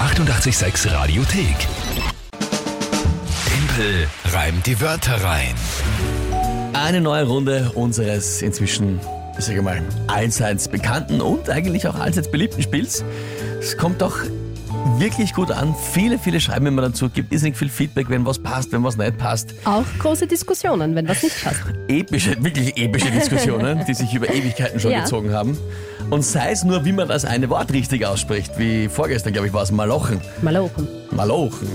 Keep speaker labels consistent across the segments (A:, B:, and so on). A: 886 Radiothek. Tempel reimt die Wörter rein.
B: Eine neue Runde unseres inzwischen, ich sage mal, allseits bekannten und eigentlich auch allseits beliebten Spiels. Es kommt doch wirklich gut an. Viele, viele schreiben immer dazu, gibt irrsinnig viel Feedback, wenn was passt, wenn was nicht passt.
C: Auch große Diskussionen, wenn was nicht passt.
B: Epische, wirklich epische Diskussionen, die sich über Ewigkeiten schon
C: Ja.
B: gezogen haben. Und sei es nur, wie man das eine Wort richtig ausspricht, wie vorgestern, glaube ich, war es Malochen.
C: Mal open.
B: Malochen.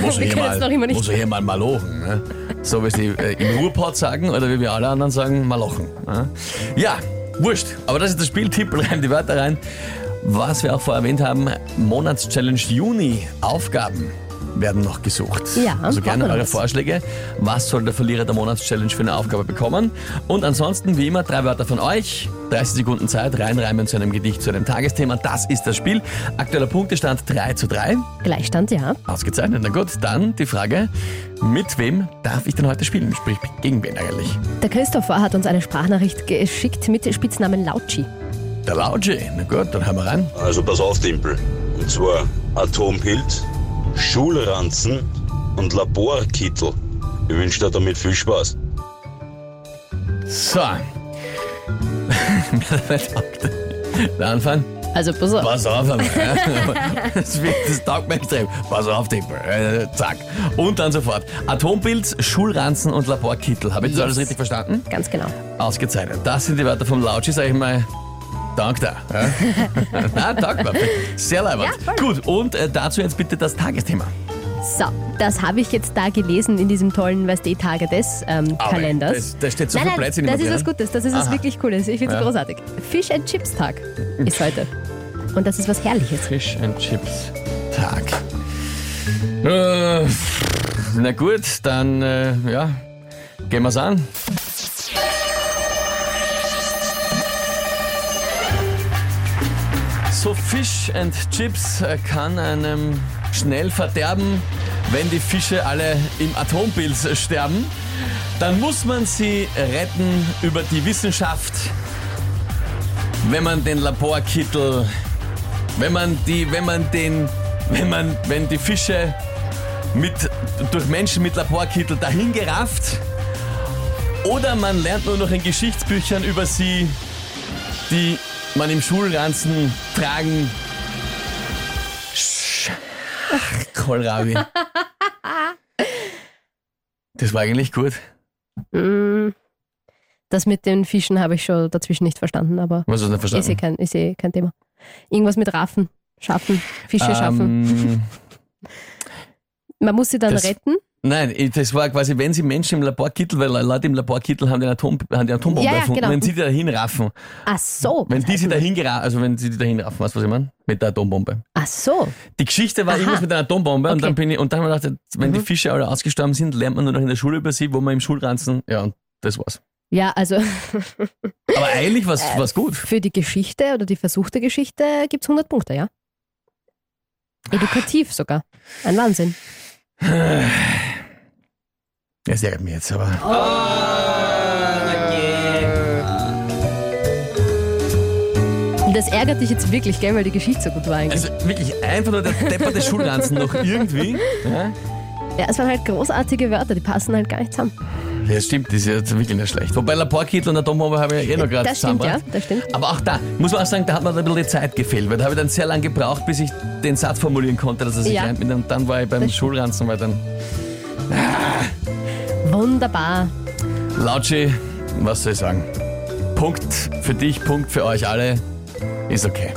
B: Muss
C: Wir
B: ich hier
C: können es noch immer
B: mal,
C: nicht
B: muss ich hier mal Malochen. Ne? So wie sie äh, im Ruhrpott sagen oder wie wir alle anderen sagen, Malochen. Ne? Ja, wurscht. Aber das ist das Spiel. Tippel rein die Wörter rein. Was wir auch vorher erwähnt haben, Monatschallenge Juni. Aufgaben werden noch gesucht.
C: Ja,
B: also gerne
C: brauchen wir
B: eure
C: was.
B: Vorschläge. Was soll der Verlierer der Monatschallenge für eine Aufgabe bekommen? Und ansonsten, wie immer, drei Wörter von euch. 30 Sekunden Zeit, reinreimen zu einem Gedicht, zu einem Tagesthema. Das ist das Spiel. Aktueller Punktestand 3 zu 3.
C: Gleichstand, ja.
B: Ausgezeichnet. Na gut, dann die Frage, mit wem darf ich denn heute spielen? Sprich, gegen wen eigentlich?
C: Der Christopher hat uns eine Sprachnachricht geschickt mit Spitznamen Lautschi.
B: Der Lauji. Na gut, dann hören wir rein.
D: Also pass auf, Dimpel. Und zwar Atompilz, Schulranzen und Laborkittel. Ich wünsche dir damit viel Spaß.
B: So. Der Anfang.
C: Also pass auf.
B: Pass auf einmal. ja. Das, wird, das taugt mir extrem. Pass auf, Dimpel. Äh, zack. Und dann sofort. Atompilz, Schulranzen und Laborkittel. Habe ich das
C: Yes.
B: alles richtig verstanden?
C: Ganz genau.
B: Ausgezeichnet. Das sind die Wörter vom Lautschi, sag ich mal. Dank da. Ja? Na, dank mal. Sehr leibend.
C: Ja, voll.
B: Gut, und äh, dazu jetzt bitte das Tagesthema.
C: So, das habe ich jetzt da gelesen in diesem tollen, weißt du, Tage des ähm,
B: Aber
C: Kalenders.
B: das- da steht so
C: nein,
B: viel
C: nein,
B: Blödsinn immer
C: Das ist
B: drinnen.
C: was Gutes, das ist was
B: Aha.
C: wirklich Cooles. Ich finde es
B: Ja.
C: großartig. Fish and Chips Tag ist heute. Und das ist was Herrliches.
B: Fish and Chips Tag. Äh, na gut, dann äh, ja, gehen wir's an. So Fish and Chips äh, kann einem schnell verderben, wenn die Fische alle im Atompilz äh, sterben. Dann muss man sie retten über die Wissenschaft, wenn man den Laborkittel wenn man die, wenn man den, wenn man, wenn die Fische mit, durch Menschen mit Laborkittel dahin gerafft oder man lernt nur noch in Geschichtsbüchern über sie, die man im Schulranzen tragen. Kohlrabi. Das war eigentlich gut.
C: Mm, Das mit den Fischen habe ich schon dazwischen nicht verstanden, aber
B: Was hast du denn
C: ist eh,
B: verstanden?
C: kein, ist eh kein Thema. Irgendwas mit Raffen, Schaffen, Fische schaffen.
B: Ähm,
C: Man muss sie dann
B: das-
C: retten.
B: Nein, ich- das war quasi, wenn sie Menschen im Laborkittel, weil Leute im Laborkittel haben, den Atom, haben die Atombombe
C: Ja, ja,
B: erfunden,
C: genau.
B: wenn sie die dahin raffen.
C: Ach so.
B: Wenn
C: was
B: die
C: heißt
B: sie
C: denn das?
B: dahin geraffen, also wenn sie die dahin raffen, weißt du, was ich meine? Mit der Atombombe.
C: Ach so.
B: Die Geschichte war
C: Aha.
B: irgendwas mit einer Atombombe und
C: Okay. Mhm.
B: dann bin ich, und dann habe ich gedacht, wenn die Fische alle ausgestorben sind, lernt man nur noch in der Schule über sie, wo man im Schulranzen, ja, und das war's.
C: Ja, also
B: Aber eigentlich war's,
C: Äh.
B: war's gut.
C: für die Geschichte oder die versuchte Geschichte gibt es 100 Punkte, ja? Edukativ sogar. Ein Wahnsinn.
B: Das ärgert mich jetzt, aber.
C: Das ärgert dich jetzt wirklich, gell, weil die Geschichte so gut war eigentlich.
B: Also wirklich einfach nur der depperte Schulranzen noch irgendwie. Ja?
C: ja, es waren halt großartige Wörter, die passen halt gar nicht zusammen.
B: Ja, stimmt, das ist jetzt wirklich nicht schlecht. Wobei Laborkittel und Atombombe habe ich ja eh noch gerade
C: das stimmt, ja,
B: zusammengebracht.
C: das stimmt.
B: Aber auch da, muss man auch sagen, da hat mir ein bisschen die Zeit gefehlt, weil da habe ich dann sehr lange gebraucht, bis ich den Satz formulieren konnte, dass er sich
C: Ja.
B: reimt. Und dann war ich beim Schulranzen, weil dann,
C: Wunderbar.
B: Lautschi, was soll ich sagen? Punkt für dich, Punkt für euch alle, ist okay.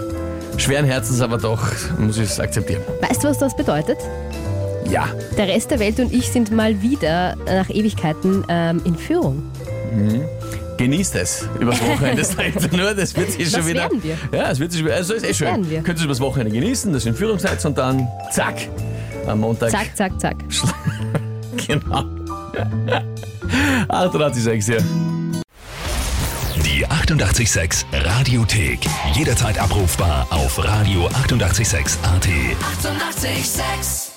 B: Schweren Herzens aber doch, muss ich es akzeptieren.
C: Weißt du, was das bedeutet?
B: Ja,
C: Der Rest der Welt und ich sind mal wieder nach Ewigkeiten ähm, in Führung.
B: genießt es übers Wochenende. Das reicht nur, das wird sich
C: Das
B: schon wieder.
C: werden wir.
B: Ja, es wird sich wieder. Also ist eh schön.
C: werden wir.
B: Könnt ihr es übers Wochenende genießen, das sind Führungssitz und dann zack, am Montag.
C: Zack, zack, zack.
B: Genau. 886 hier.
A: Die 886 Radiothek. Jederzeit abrufbar auf radio886.at. 886! 886.
E: 886